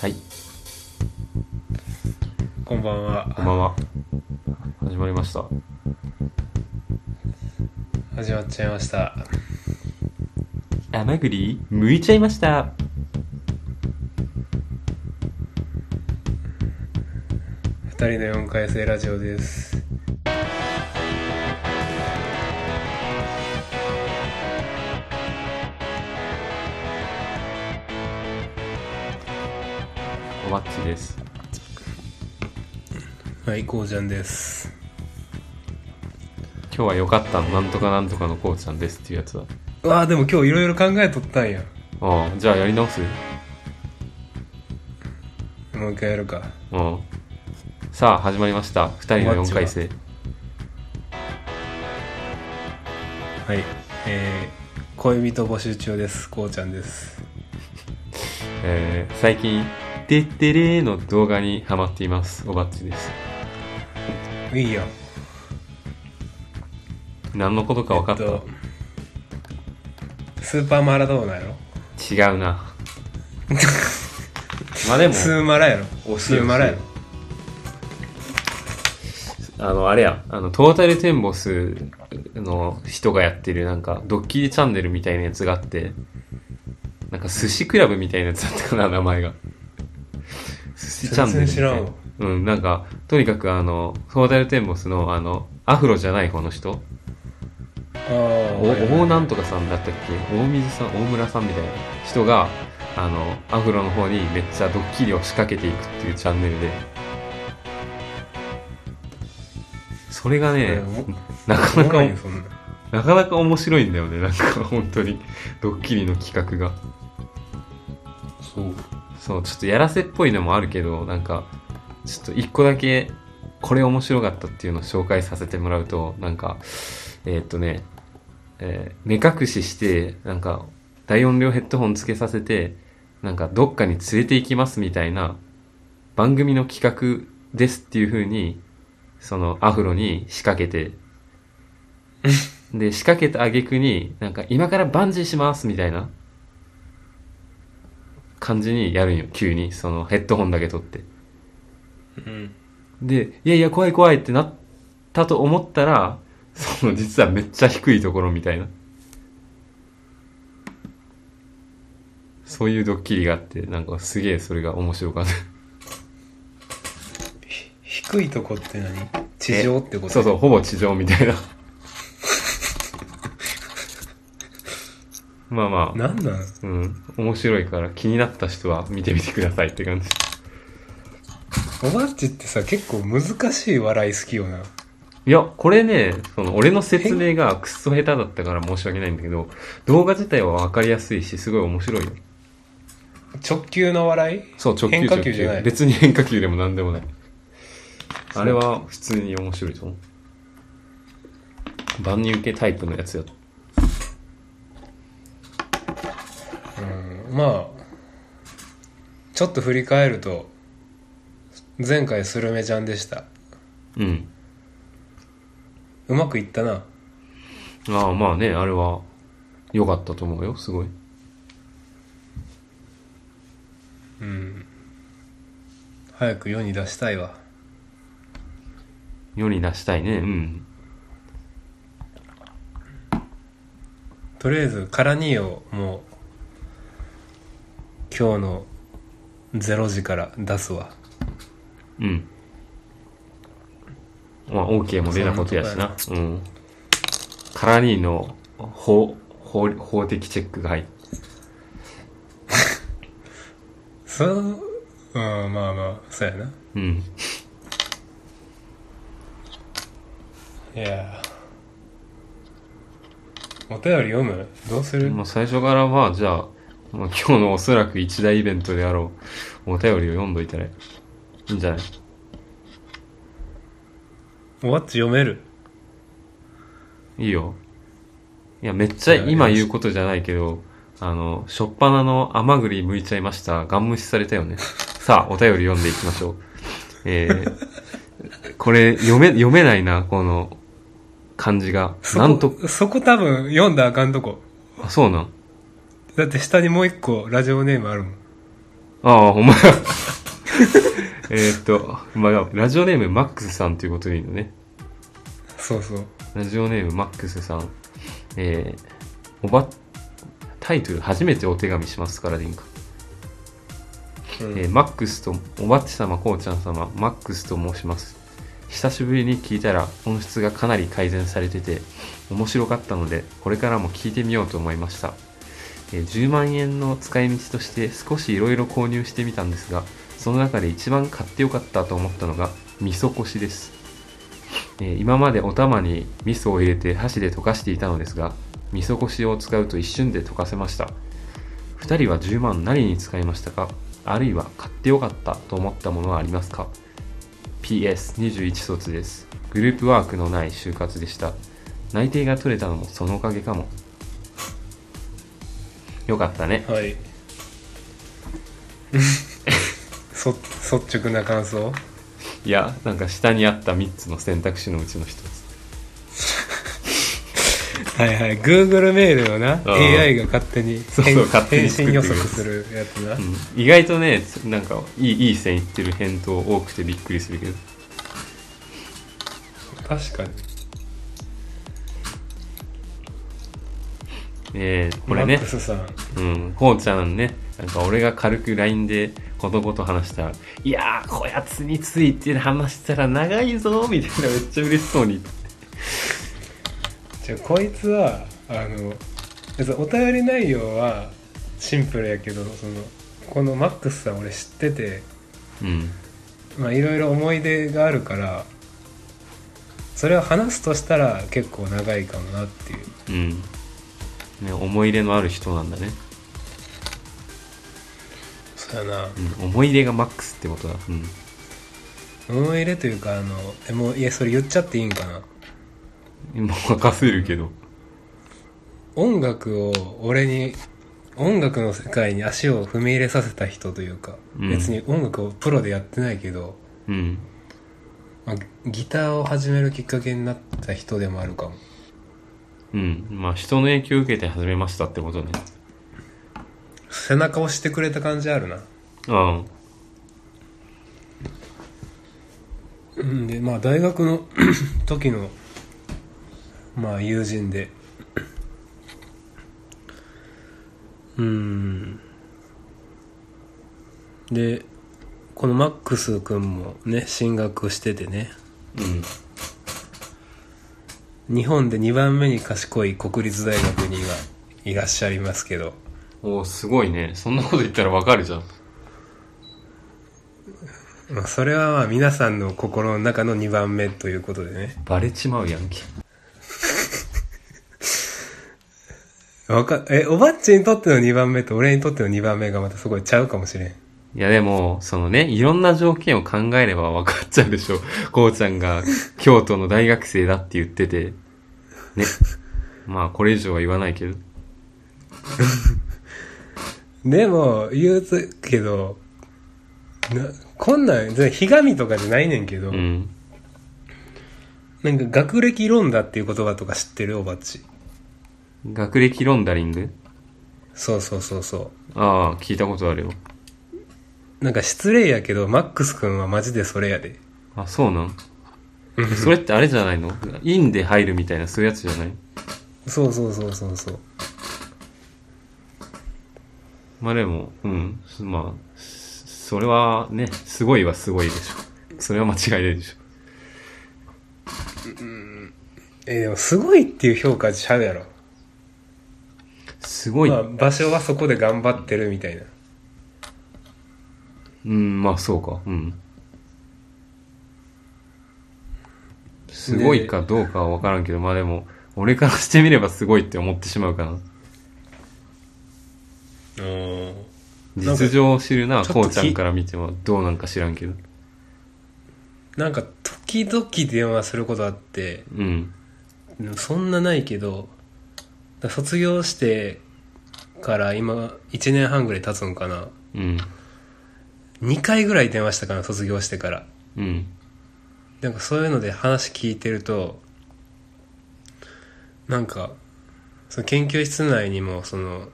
はい、こんばんは。こんばんは。始まりました。始まっちゃいました。甘栗、剥いちゃいました。二人の4回生ラジオです。おばっちです。はい、こうちゃんです。今日は良かった、なんとかなんとかのこうちゃんですっていうやつだ。うわあ、でも今日いろいろ考えとったんや。ああ、じゃあやり直すもう一回やるか。うん。さあ、始まりました。二人の4回生。はい。えー、恋人募集中です。こうちゃんです。えー、最近、てってれーの動画にハマっています。おばっちです。いいよ。何のことか分かった、えっとスーパーマラドーナやろ違う な。まあでも、スーマラやろ惜しいスーマラやろあの、あれや、あの、トータルテンボスの人がやってる、なんか、ドッキリチャンネルみたいなやつがあって、なんか、寿司クラブみたいなやつだったかな、名前が。寿司チャンネルみたいな。全然知うん、なんか、とにかくあの、トータルテンボスの、あの、アフロじゃない方の人ああお、大なんとかさんだったっけ大水さん、大村さんみたいな人が、あの、アフロの方にめっちゃドッキリを仕掛けていくっていうチャンネルで。それがね、なかななかか、いよそんななかなか面白いんだよね。なんか本当に、ドッキリの企画が。そうそう、ちょっとやらせっぽいのもあるけど、なんか、ちょっと一個だけ、これ面白かったっていうのを紹介させてもらうと、なんか、えーっとね、えー目隠しして、なんか、大音量ヘッドホンつけさせて、なんか、どっかに連れて行きますみたいな、番組の企画ですっていう風に、その、アフロに仕掛けて、で、仕掛けた挙句に、なんか、今からバンジーしますみたいな、感じにやるんよ、急に。その、ヘッドホンだけ取って。うんで、いやいや、怖い怖いってなったと思ったら、その、実はめっちゃ低いところみたいな。そういうドッキリがあって、なんかすげえそれが面白かった。低いとこって何地上ってことそうそう、ほぼ地上みたい な。まあまあ、なんなんうん、面白いから気になった人は見てみてくださいって感じ。おばっちってさ結構難しい笑い好きよないや、これね、その、俺の説明がクソ下手だったから申し訳ないんだけど、動画自体はわかりやすいし、すごい面白いよ。直球の笑いそう、直球変化球じゃない直球別に変化球でも何でもない。あれは普通に面白いと思う。万人受けタイプのやつや。うんまあちょっと振り返ると前回スルメちゃんでしたうん。うまくいったなああ、まあね、あれは良かったと思うよ、すごい。うん早く世に出したいわ世に出したいね、うん。とりあえずカラニーをもう今日の0時から出すわうん。まあ、OK も出たことやしな。うん。カラニーの法、法、法的チェックが入っそううんまあまあそうやなうん。いやーお便り読むどうするもう最初からまあ、じゃあ、まあ今日のおそらく一大イベントであろう、お便りを読んどいたらいいんじゃないおばっち読めるいいよ。いや、めっちゃ今言うことじゃないけど、あの、しょっぱなの甘栗剥いちゃいました。ガン無視されたよね。 さあ、お便り読んでいきましょう。えー、 これ、読め、読めないな、この、漢字が。そこなんと、そこ多分読んだらあかんとこあ、そうなん。だって下にもう一個ラジオネームあるもんあああ、ほんまや。 えーっと、まあ、ラジオネームマックスさんということでいいのね。そうそうラジオネームマックスさん。えー、おば、タイトル、初めてお手紙しますからでいいんか。うんえーマックスとおばっち様こうちゃん様マックスと申します久しぶりに聞いたら音質がかなり改善されてて面白かったのでこれからも聞いてみようと思いました、えー10万円の使い道として少しいろいろ購入してみたんですがその中で一番買ってよかったと思ったのが味噌こしです、えー今までお玉に味噌を入れて箸で溶かしていたのですが味噌こしを使うと一瞬で溶かせました2人は10万何に使いましたかあるいは買ってよかったと思ったものはありますか ?PS21 卒です。グループワークのない就活でした。内定が取れたのもそのおかげかも。よかったね。はい そ率直な感想いや、なんか下にあった3つの選択肢のうちの1つ。はいはい Google メールをなうん AI が勝手にそうそう返勝手に返作ってくれ信予る測するやつな、うん、意外とね、なんかいいいい線いってる返答多くてびっくりするけど。確かにえー、これね。マックスさんうん、こうちゃんね、なんか俺が軽く LINE でことごと話したら、いやー、こやつについて話したら長いぞーみたいな、めっちゃ嬉しそうに。じゃあこいつはあの別にお便り内容はシンプルやけどそのこのマックスさん俺知っててうん。まあいろいろ思い出があるからそれを話すとしたら結構長いかもなっていううん。ね、思い入れのある人なんだね。そうやなうん、思い入れがマックスってことだ。うん。思い入れというかあのえもういやそれ言っちゃっていいんかな今任せるけど。音楽を俺に音楽の世界に足を踏み入れさせた人というか、うん別に音楽をプロでやってないけど、うん。まあ、ギターを始めるきっかけになった人でもあるかもうん。まあ、人の影響を受けて始めましたってことね。背中押してくれた感じあるなうん。うんでまあ大学の 時のまあ友人でうんでこのマックス君もね進学しててねうん。日本で2番目に賢い国立大学にはいらっしゃいますけどおーすごいね。そんなこと言ったらわかるじゃん。まあそれはまあ皆さんの心の中の2番目ということでねバレちまうやんけ。わかえおばっちにとっての2番目と俺にとっての2番目がまたすごいちゃうかもしれんいやでも、そのね、いろんな条件を考えれば分かっちゃうで しょ。こうちゃんが京都の大学生だって言ってて。ね。 まあ、これ以上は言わないけど。でも、言うつけど、なこんなん、全然ひがみとかじゃないねんけど、うん。なんか学歴論だっていう言葉とか知ってるおばっち。学歴ロンダリングそうそうそうそああ、聞いたことあるよ。う。なんか失礼やけど、マックス君はマジでそれやで。あ、そうなんそれってあれじゃないのインで入るみたいな、そういうやつじゃないそうそうそうそうそう。まあでも、うん。まあ、それはね、すごいはすごいでしょ。それは間違いないでしょ。えーでもすごいっていう評価ちゃうやろ。すごい。まあ、場所はそこで頑張ってるみたいな。うん、まあそうか。うん。すごいかどうかは分からんけど、まあでも、俺からしてみればすごいって思ってしまうかな。うん。実情を知るな、ちょっとこうちゃひんから見てもどうなんか知らんけど。なんか、時々電話することあって、うん。でもそんなないけどだ卒業してから今1年半ぐらい経つんかなうん。 2回ぐらい電話したかな卒業してからうん。なんかそういうので話聞いてるとなんかその研究室内にもその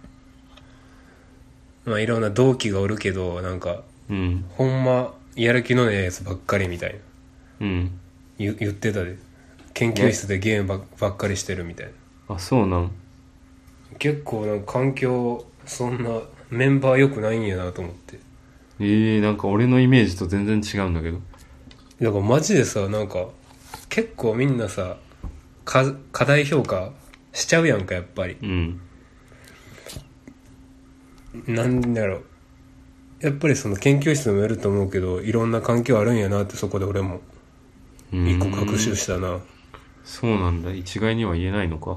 まあ、いろんな同期がおるけどなんかうん。ほんまやる気のねえやつばっかりみたいなうん。言言ってたで研究室でゲームばっばっかりしてるみたいなあ、そうなん。結構なんか環境そんなメンバー良くないんやなと思ってええなんか俺のイメージと全然違うんだけど。だからマジでさなんか結構みんなさか課題評価しちゃうやんかやっぱりうん。なんだろうやっぱりその研究室にもよると思うけどいろんな環境あるんやなってそこで俺もうん一個学習したなそうなんだ。一概には言えないのか。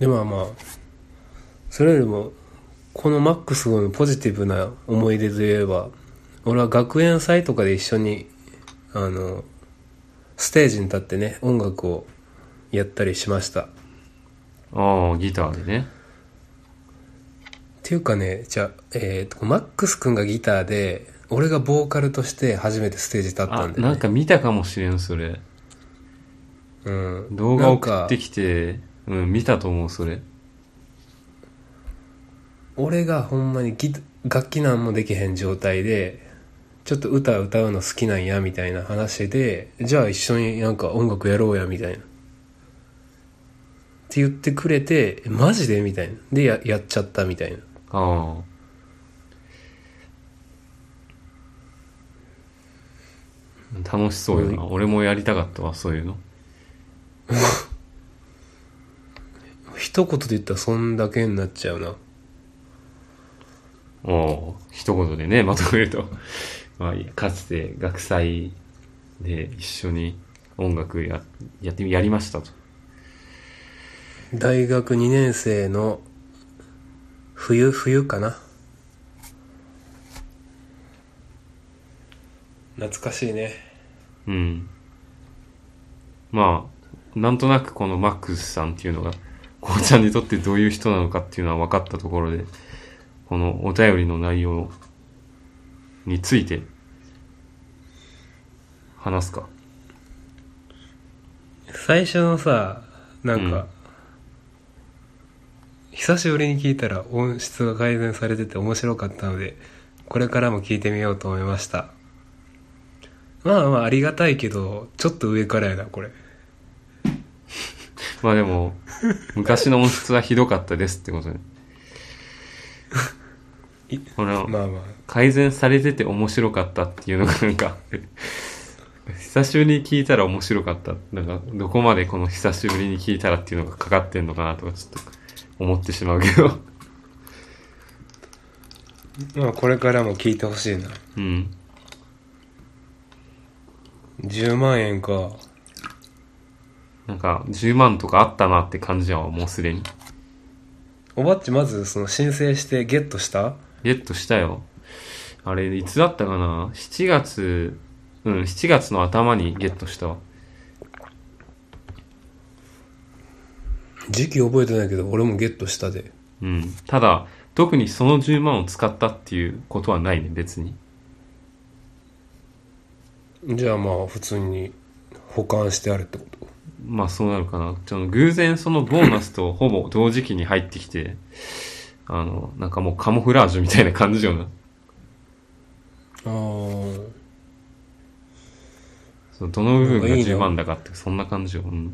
でもまあそれよりもこのマックスのポジティブな思い出といえば俺は学園祭とかで一緒にあのステージに立ってね音楽をやったりしましたっああ、ギターでね。ていうかねじゃあえーとマックスくんがギターで俺がボーカルとして初めてステージ立ったあ、んで、ね、なんか見たかもしれん、それ。うん、動画送ってなんかきて、うん、見たと思う、それ。俺がほんまにギタ楽器なんもできへん状態でちょっと歌歌うの好きなんやみたいな話でじゃあ一緒になんか音楽やろうやみたいなって言ってくれてえマジでみたいなでややっちゃったみたいなああ。楽しそうよな。俺もやりたかったわ、そういうの。一言で言ったらそんだけになっちゃうなおお一言でね、ま とめると。まあ、かつて学祭で一緒に音楽ややってみやりましたと。大学2年生の冬冬かな懐かしいねうん。まあ、なんとなくこのマックスさんっていうのが、こうちゃんにとってどういう人なのかっていうのは分かったところで、このお便りの内容について、話すか。最初のさなんか、うん久しぶりに聞いたら音質が改善されてて面白かったのでこれからも聞いてみようと思いましたまあまあありがたいけどちょっと上からやなこれまあでも、昔の音質はひどかったですってことねい。この、まあまあ改善されてて面白かったっていうのがなんか久しぶりに聞いたら面白かったなんかどこまでこの久しぶりに聞いたらっていうのがかかってんのかなとかちょっと思ってしまうけど まあこれからも聞いてほしいなうん10万円かなんか10万とかあったなって感じやわもうすでにおばっちまずその申請してゲットしたゲットしたよあれいつだったかな7月うん7月の頭にゲットしたわ時期覚えてないけど俺もゲットしたでうんただ特にその10万を使ったっていうことはないね別にじゃあまあ普通に保管してあるってことまあそうなるかな。ちょっと偶然そのボーナスとほぼ同時期に入ってきて、あの、なんかもうカモフラージュみたいな感じよな。ああそのどの部分がいいね10万だかってそんな感じよ。うん。っ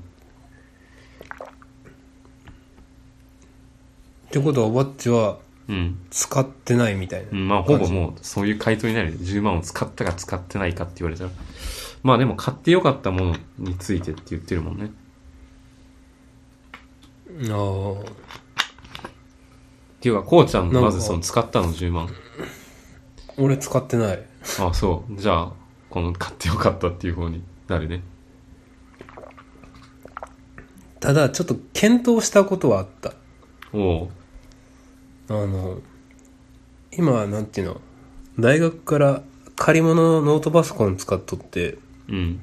てことはおばっちはうん。使ってないみたいな、うんまあほぼ感じもうそういう回答になる。10万を使ったか使ってないかって言われたら。まあでも買ってよかったものについてって言ってるもんね。あっていうか、こうちゃんなんかまずその使ったの10万。あ俺使ってないああ、そう。じゃあ、この買ってよかったっていう方になるね。ただちょっと検討したことはあったおう。あの今なんていうの大学から借り物のノートパソコン使っとってうん。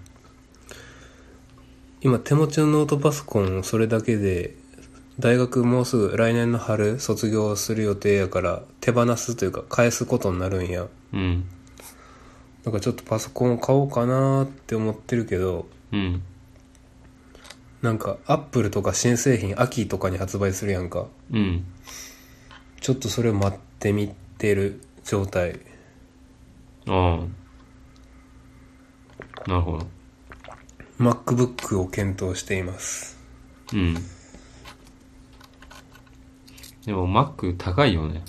今手持ちのノートパソコンそれだけで大学もうすぐ来年の春卒業する予定やから手放すというか返すことになるんやうん。だからちょっとパソコンを買おうかなーって思ってるけどうん。なんかアップルとか新製品秋とかに発売するやんかうん。ちょっとそれを待ってみてる状態うん。なるほど。 MacBook を検討していますうん。でも Mac 高いよね。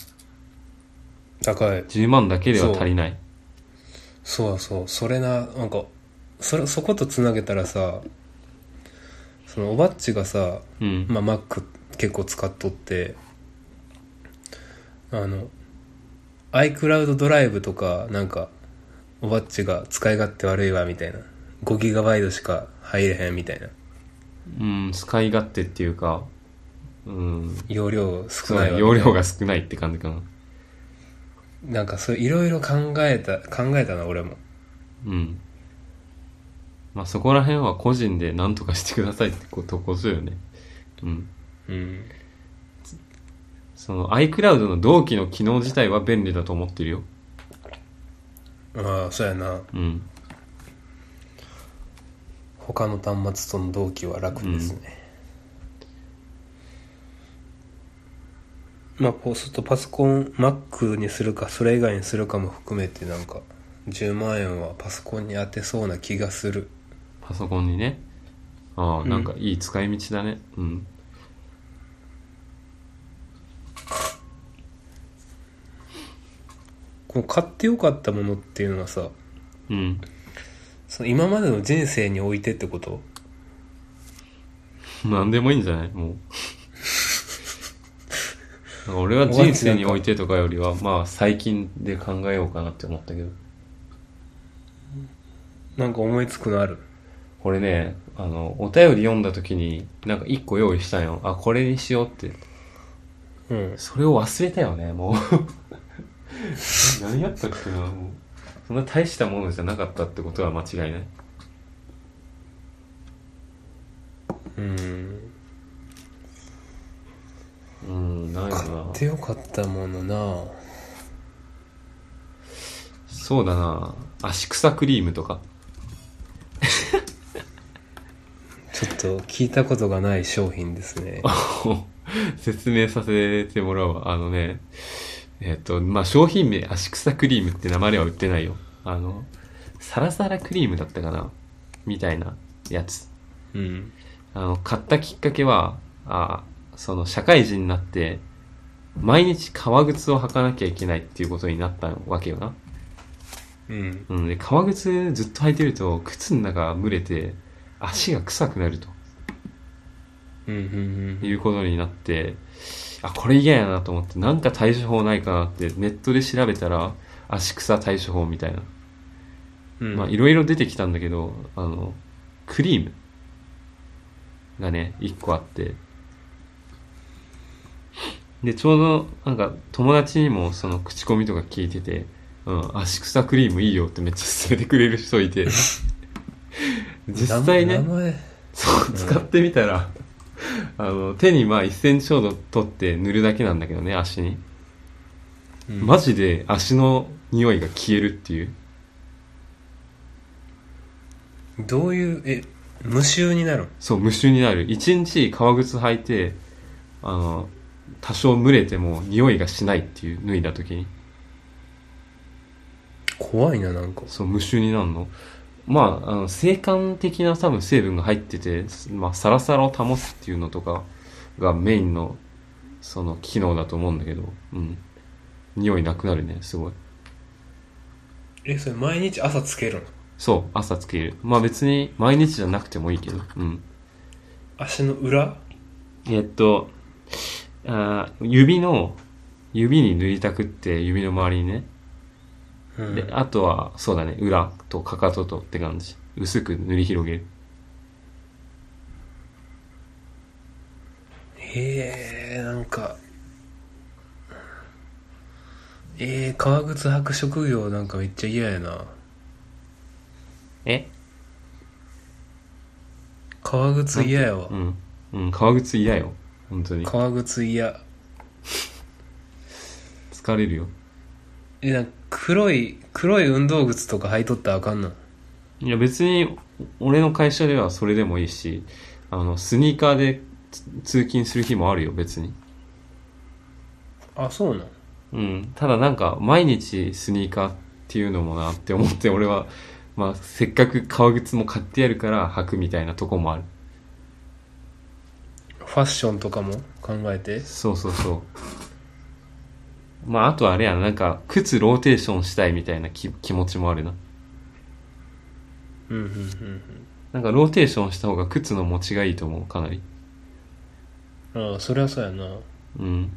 高い10万だけでは足りない。そうそうそれななんかそれそことつなげたらさそのおばっちがさ、うん。まあ、Mac 結構使っとってあの iCloud ドライブとかなんかおばっちが使い勝手悪いわみたいな 5GB しか入れへんみたいなうん、使い勝手っていうか、うん。容量少そうなだいねわ容量が少ないって感じかな。なんかそういろいろ考えた考えたな俺もうん。まあそこら辺は個人で何とかしてくださいってことこそよね。うん。うんその iCloud の同期の機能自体は便利だと思ってるよ。ああそうやなうん。他の端末との同期は楽ですね、まあこうするとパソコン Mac にするかそれ以外にするかも含めてなんか10万円はパソコンに当てそうな気がするパソコンにね。ああ、なんかいい使い道だね。うん。こう買ってよかったものっていうのはさうん。その今までの人生においてってことなんでもいいんじゃないもう。なんか俺は人生においてとかよりは、まあ最近で考えようかなって思ったけど。なんか思いつくのあるこれね、あの、お便り読んだ時に、なんか一個用意したんよ。あ、これにしようって。うんそれを忘れたよね、もう。 何やったっけな、もう。そんな大したものじゃなかったってことは間違いない。うんうん、ないよ買なって。よかったものなそうだな。足草クリームとか。ちょっと聞いたことがない商品ですね説明させてもらうわ。あのね、えっ、と、まあ、商品名、足草クリームって名前では売ってないよ。あの、サラサラクリームだったかなみたいなやつ。うんあの、買ったきっかけは、あその、社会人になって、毎日革靴を履かなきゃいけないっていうことになったわけよな。うんうん、で、革靴ずっと履いてると、靴の中が蒸れて、足が臭くなると。うんうんうんいうことになって、あ、これ嫌やなと思って、なんか対処法ないかなって、ネットで調べたら、足草対処法みたいな。うんまあ、いろいろ出てきたんだけど、あの、クリームがね、一個あって。で、ちょうど、なんか、友達にも、その、口コミとか聞いてて、うん、足草クリームいいよってめっちゃ勧めてくれる人い て、実際ね名、前そう、使ってみたら、あの、手にまあ1センチほど取って塗るだけなんだけどね、足に。マジで足の匂いが消えるっていう。どういうえ無臭になるんそう、無臭になる。1日革靴履いて、あの、多少蒸れても匂いがしないっていう、脱いだ時に。怖いななんかそう、無臭になるの。まあ、あの、制汗的な多分成分が入ってて、まあ、サラサラを保つっていうのとかがメインの、その、機能だと思うんだけど、うん。匂いなくなるね、すごい。えそれ毎日朝つけるのそう、朝つける。まあ別に毎日じゃなくてもいいけど。うん。足の裏えっと、あー指の、指に塗りたくって、指の周りにね。うんで、あとは、そうだね、裏とかかととって感じ。薄く塗り広げる。へえなんかえー、革靴履く職業なんかめっちゃ嫌やなえ革靴嫌やわうん。うん、革靴嫌よ。本当に。革靴嫌疲れるよ。えなんか黒い黒い運動靴とか履いとったらあかんのいや別に、俺の会社ではそれでもいいし、あの、スニーカーでつ通勤する日もあるよ、別に。あ、そうなん。うん、ただなんか毎日スニーカーっていうのもなって思って俺は、まあ、せっかく革靴も買ってやるから履くみたいなとこもあるファッションとかも考えて。そうそうそうまああとはあれやななんか靴ローテーションしたいみたいな気気持ちもあるなうんうんうんなんかローテーションした方が靴の持ちがいいと思うかなりうん。ああ、そりゃそうやな。うん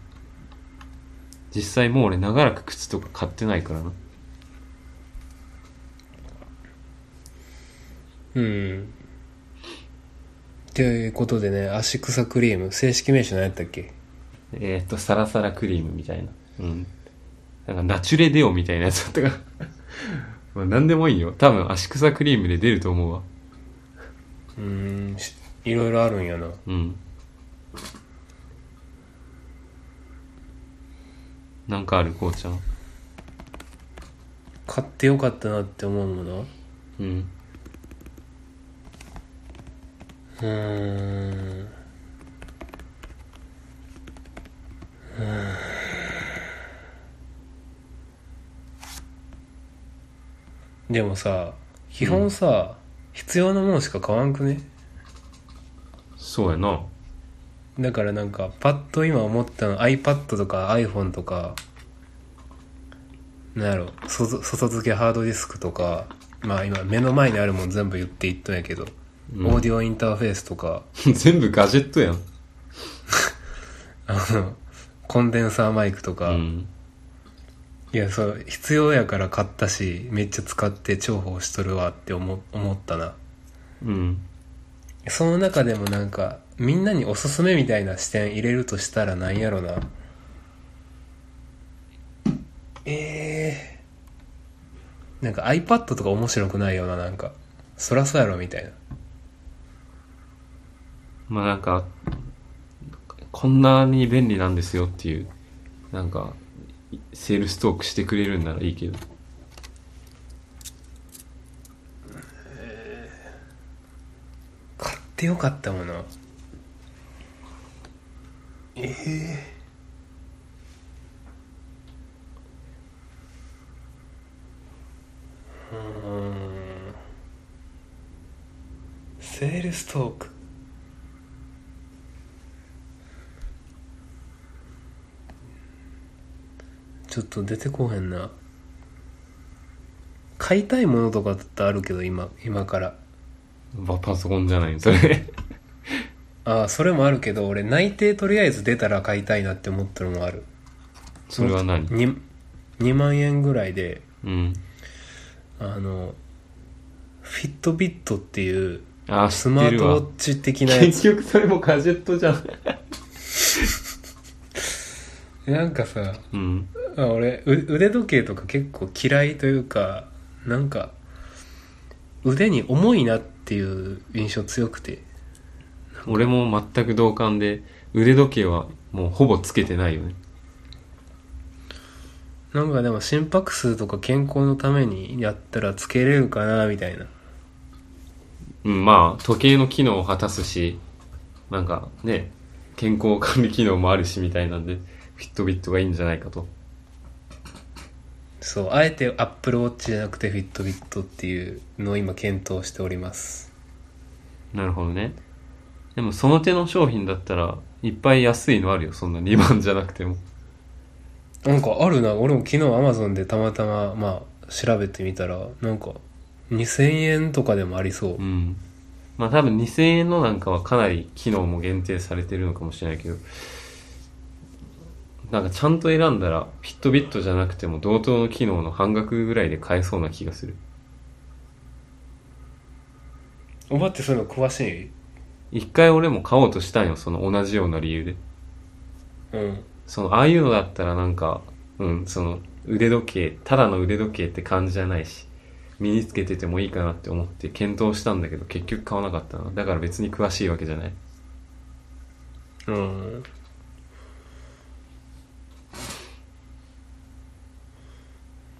実際もう俺長らく靴とか買ってないからなうん。ということでね、足草クリーム、正式名称何やったっけえっ、とサラサラクリームみたいなうんなんかナチュレデオみたいなやつだったから まあ何でもいいよ多分足草クリームで出ると思うわうーん、しいろいろあるんやな。うんなんかあるこうちゃん買ってよかったなって思うものうんうーん。うーんでもさ、基本さ、必要なものしか買わんくねそうやな だからなんかパッと今思ったの iPad とか iPhone とかなんやろ外外付けハードディスクとかまあ今目の前にあるもん全部言っていったんやけど、うんオーディオインターフェースとか全部ガジェットやんあのコンデンサーマイクとか、うんいやそう必要やから買ったしめっちゃ使って重宝しとるわって思思ったなうんその中でもなんかみんなにおすすめみたいな視点入れるとしたらなんやろなえー、なんか iPad とか面白くないよななんかそらそうやろみたいなまあなんか、こんなに便利なんですよっていう、なんか、セールストークしてくれるんならいいけど。買ってよかったものええうーんセールストークちょっと出てこうへんな買いたいものとかだってあるけど今今からまあパソコンじゃないのそれ。ああそれもあるけど俺内定とりあえず出たら買いたいなって思ってるのもあるそれは何 2, 2万円ぐらいでうん。あのフィットビットっていうあ、知スっマてーるトウォわッ。チ的なやつ結局それもガジェットじゃん。 なんかさうん。あ俺う腕時計とか結構嫌いというかなんか腕に重いなっていう印象強くて俺も全く同感で、腕時計はもうほぼつけてないよね。なんかでも心拍数とか健康のためにやったらつけれるかなみたいなうん、まあ、時計の機能を果たすし、なんかね、健康管理機能もあるしみたいなんで、フィットビットがいいんじゃないかと。そうあえてアップルウォッチじゃなくてフィットビットっていうのを今検討しておりますなるほどね。でもその手の商品だったらいっぱい安いのあるよ。そんな2万じゃなくても。なんかあるな俺も昨日アマゾンでたまたままあ調べてみたらなんか2000円とかでもありそううん。まあ多分2000円のなんかはかなり機能も限定されてるのかもしれないけど、なんかちゃんと選んだらフィットビットじゃなくても同等の機能の半額ぐらいで買えそうな気がする。おばってそういうの詳しい一回俺も買おうとしたんよ。その同じような理由で。うんそのああいうのだったらなんか、うん、その腕時計、ただの腕時計って感じじゃないし、身につけててもいいかなって思って検討したんだけど結局買わなかったな。だから別に詳しいわけじゃない。うん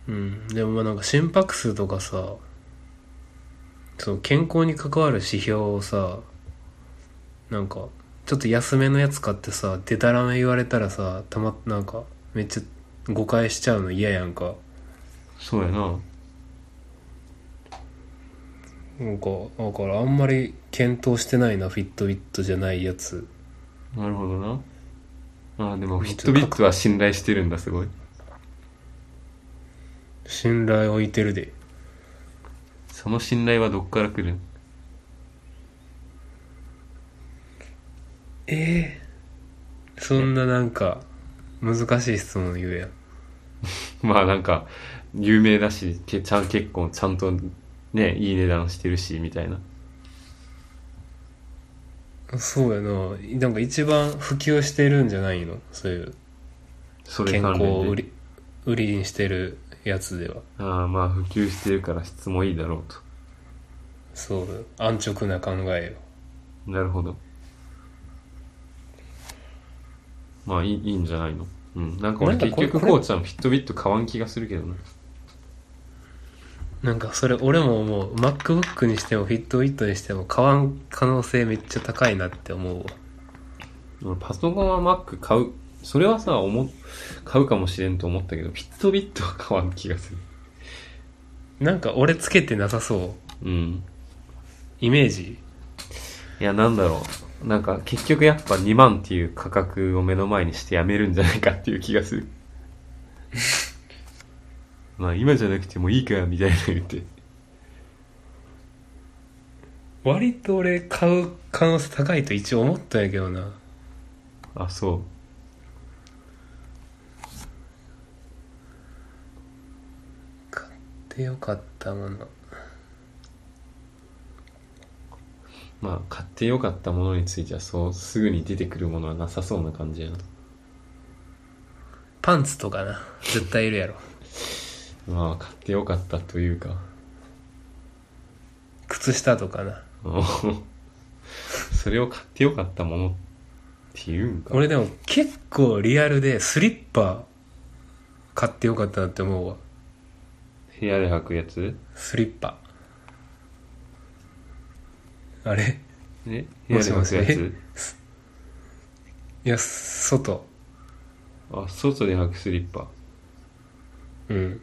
うん、でもまあなんか心拍数とかさそう健康に関わる指標をさなんかちょっと安めのやつ買ってさでたらめ言われたらさたまなんかめっちゃ誤解しちゃうの嫌やんかそうやな。なんかだからあんまり検討してないなフィットビットじゃないやつなるほどな。ああ、でも、フィットビットは信頼してるんだ、すごい。信頼置いてるでその信頼はどっから来る んええそんななんか難しい質問言うやんまあなんか、有名だし、けちゃん結構ちゃんとね、いい値段してるし、みたいな。そうやななんか一番普及してるんじゃないのそういうそれ健関康を連売で。り売りにしてるやつではああ、まあ普及してるから質もいいだろうと。そう安直な考えなるほど。まあいいいいんじゃないのうん。なんか俺なんか結これ局これこうちゃんフィットビット買わん気がするけどな。をなんかそれ俺ももう MacBook にしても Fitbit にしても買わん可能性めっちゃ高いなって思うわ俺パソコンは Mac 買う。それはさ、思っ、買うかもしれんと思ったけど、フィットビットは買わん気がする。なんか俺つけてなさそううん。イメージいや、なんだろう。なんか結局やっぱ2万っていう価格を目の前にしてやめるんじゃないかっていう気がする。まあ今じゃなくてもいいか、みたいな言って。割と俺買う可能性高いと一応思ったんやけどなあ、そう。買ってよかったものまあ、買ってよかったものについては、そう、すぐに出てくるものはなさそうな感じやな。パンツとかな絶対いるやろまあ、買ってよかったというか。靴下とかなあの それを買ってよかったものっていうんか。俺でも結構リアルでスリッパ買ってよかったなって思うわ部屋で履くやつスリッパあれね部屋で履くやもしもついや外あ、外で履くスリッパ。うん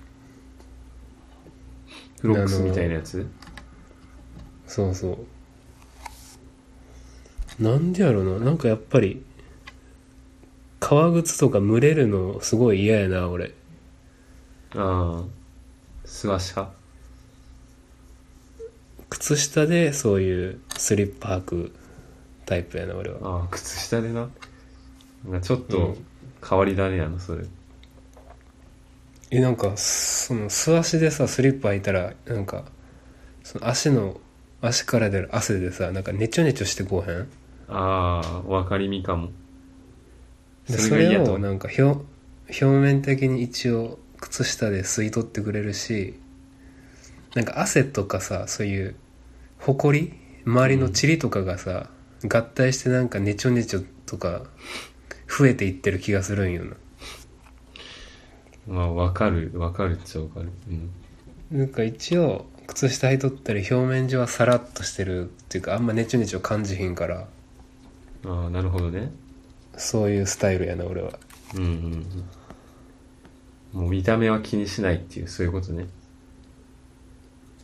フロックスみたいなやつそうそうなんでやろななんかやっぱり革靴とか蒸れるのすごい嫌やな俺ああ、素足派。靴下でそういうスリッパ履くタイプやな俺はああ、靴下でな。なんかちょっうとん変わり種やな、それ。えなんかその素足でさスリッパ履いたらなんかその足の足から出る汗でさなんかネチョネチョしてこうへんああ、わかりみかも。でそそれがれ嫌をと。なんか表表面的に一応靴下で吸い取ってくれるしなんか汗とかさそういうほこり周りの塵とかがさ、合体してなんかネチョネチョとか増えていってる気がするんよなまあ、わかる、わかるっちゃわかる。うん。なんか一応靴下履いとったり表面上はサラッとしてるっていうかあんまネチョネチョ感じひんからああ、なるほどね。そういうスタイルやな俺はうんうんうん。もう見た目は気にしないっていう、そういうことね。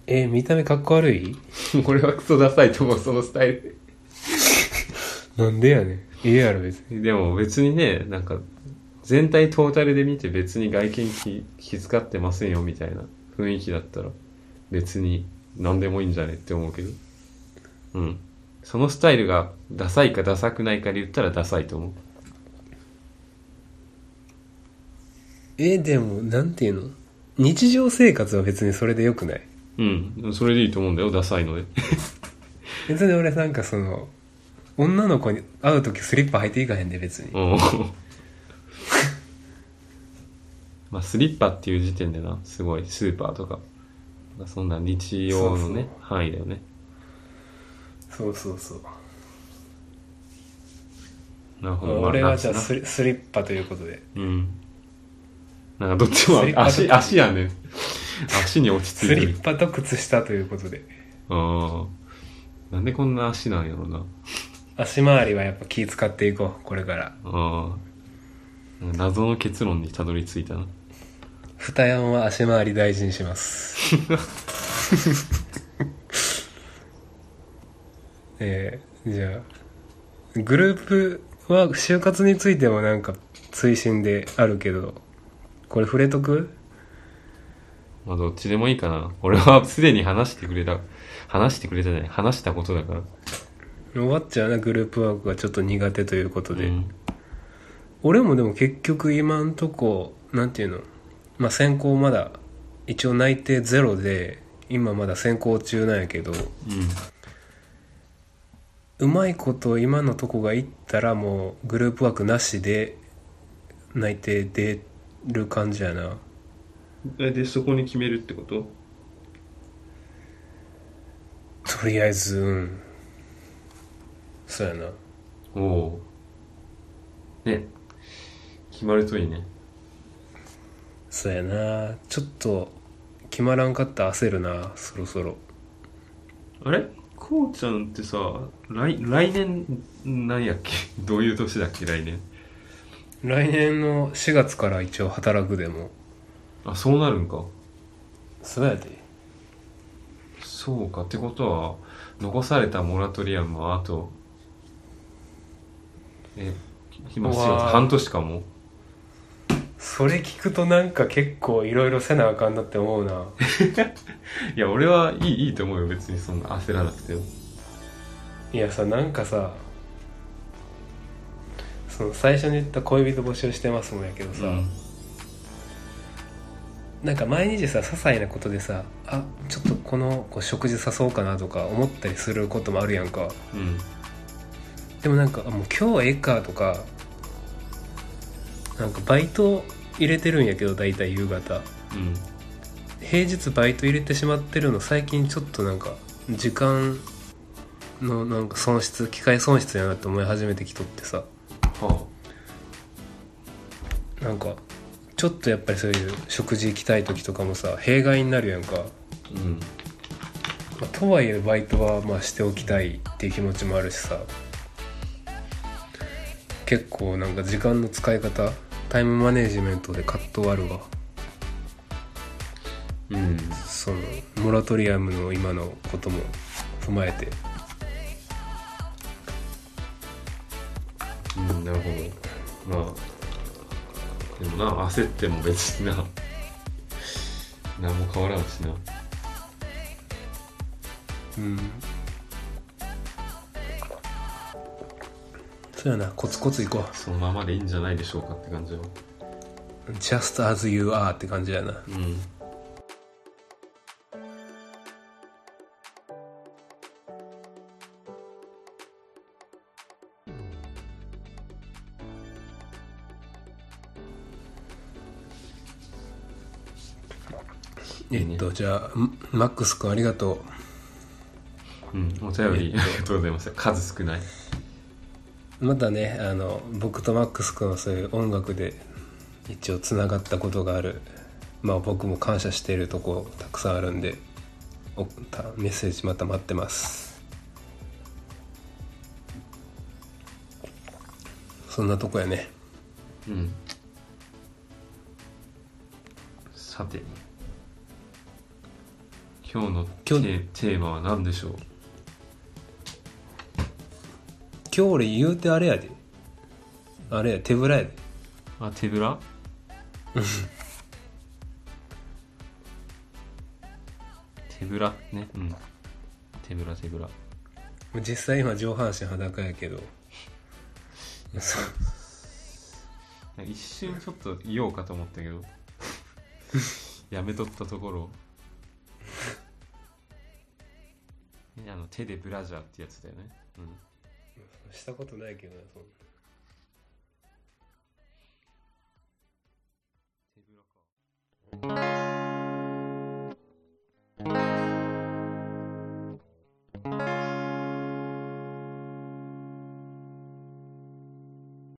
え見た目かっこ悪い俺はクソダサいと思う、そのスタイル。なんでやねんいいやろ別にでも別にね、なんか、全体トータルで見て別に外見気気遣ってませんよみたいな雰囲気だったら、別に何でもいいんじゃねって思うけど。うん。そのスタイルがダサいかダサくないかで言ったらダサいと思う。えでもなんていうの日常生活は別にそれでよくないうん。それでいいと思うんだよ、ダサいので。別に俺なんかその女の子に会う時スリッパ履いていかへんで別におー まあスリッパっていう時点でなすごいスーパーとかまあそんな日用のねそう範囲だよねそうそうそうなるほど、まあ俺はじゃあ夏なスリスリッパということでうんなんかどっちもスリッパと足足や ねん足に落ち着いスてリるッパと靴下ということでああなんでこんな足なんやろな足回りはやっぱ気使っていこうこれからああなんか謎の結論にたどり着いたな。二山は足回り大事にします えー、じゃあグループは就活についてもなんか推進であるけどこれ触れとくまあどっちでもいいかな。俺はすでに話してくれた、話してくれたじゃない、話したことだから。終わっちゃうなグループワークがちょっと苦手ということで、うん俺もでも結局今んとこなんていうのまあ選考まだ一応内定ゼロで今まだ選考中なんやけどうまいこと今のとこがいったらもうグループワークなしで内定出る感じやうん。なで、そこに決めるってこととりあえずうんそうやなおおう。ね。決まるといいね。そうやなちょっと決まらんかったら焦るなそろそろあれこうちゃんってさ、来、来年、何やっけ どういう年だっけ来年。来年の4月から一応働くでもあ、そうなるんか。そうやでそうか。ってことは、残されたモラトリアムはあと、え、今う4わ月ー、半年かも。それ聞くとなんか結構いろいろせなあかんなって思うない や、俺はいい、いいと思うよ。別にそんな焦らなくても。いやさなんかさその最初に言った恋人募集してますもんやけどさ、うんなんか毎日さ些細なことでさあちょっとこの子食事誘おうかなとか思ったりすることもあるやんかうん。でもなんかあもう今日はええかとかなんかバイト入れてるんやけど大体夕方うん。平日バイト入れてしまってるの最近ちょっとなんか時間のなんか損失機械損失やなって思い始めてきとってさはなんかちょっとやっぱりそういう食事行きたい時とかもさ弊害になるやんか、あ。うん。まあとはいえバイトはまあしておきたいっていう気持ちもあるしさ結構なんか時間の使い方タイムマネジメントで葛藤あるわうん。そのモラトリアムの今のことも踏まえてうん、なるほど。まあ、でもな、焦っても別にな、何も変わらんしな。うんそうやなコツコツいこそのままでいいんじゃないでしょうかって感じは。う Just as you are って感じやなうん。えいいねっとじゃあんマックス君ありがとううん、お便り、ありがとうございました。数少ない。またねあの僕とマックス君はそういう音楽で一応つながったことがあるまあ僕も感謝しているとこたくさんあるんでおたメッセージまた待ってますそんなとこやねうん。さて、今日のテ今日ーテーマは何でしょう今日俺言うてあれやであれや手ぶらやであ、手ぶら手ぶらね。うん。手ぶら手ぶら。実際今上半身裸やけどそ一瞬ちょっと言おうかと思ったけ どやめとったところねあの手でブラジャーってやつだよね、うん、したことないけどなそんな手ぶらか「